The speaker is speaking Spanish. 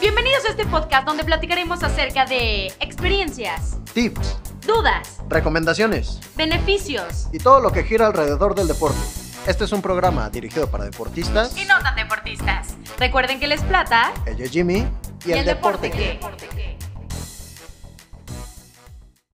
Bienvenidos a este podcast donde platicaremos acerca de experiencias, tips, dudas, recomendaciones beneficios y todo lo que gira alrededor del deporte. Este es un programa dirigido para deportistas. y no tan deportistas. Recuerden que les plata Ella es Jimmy y, y el deporte que.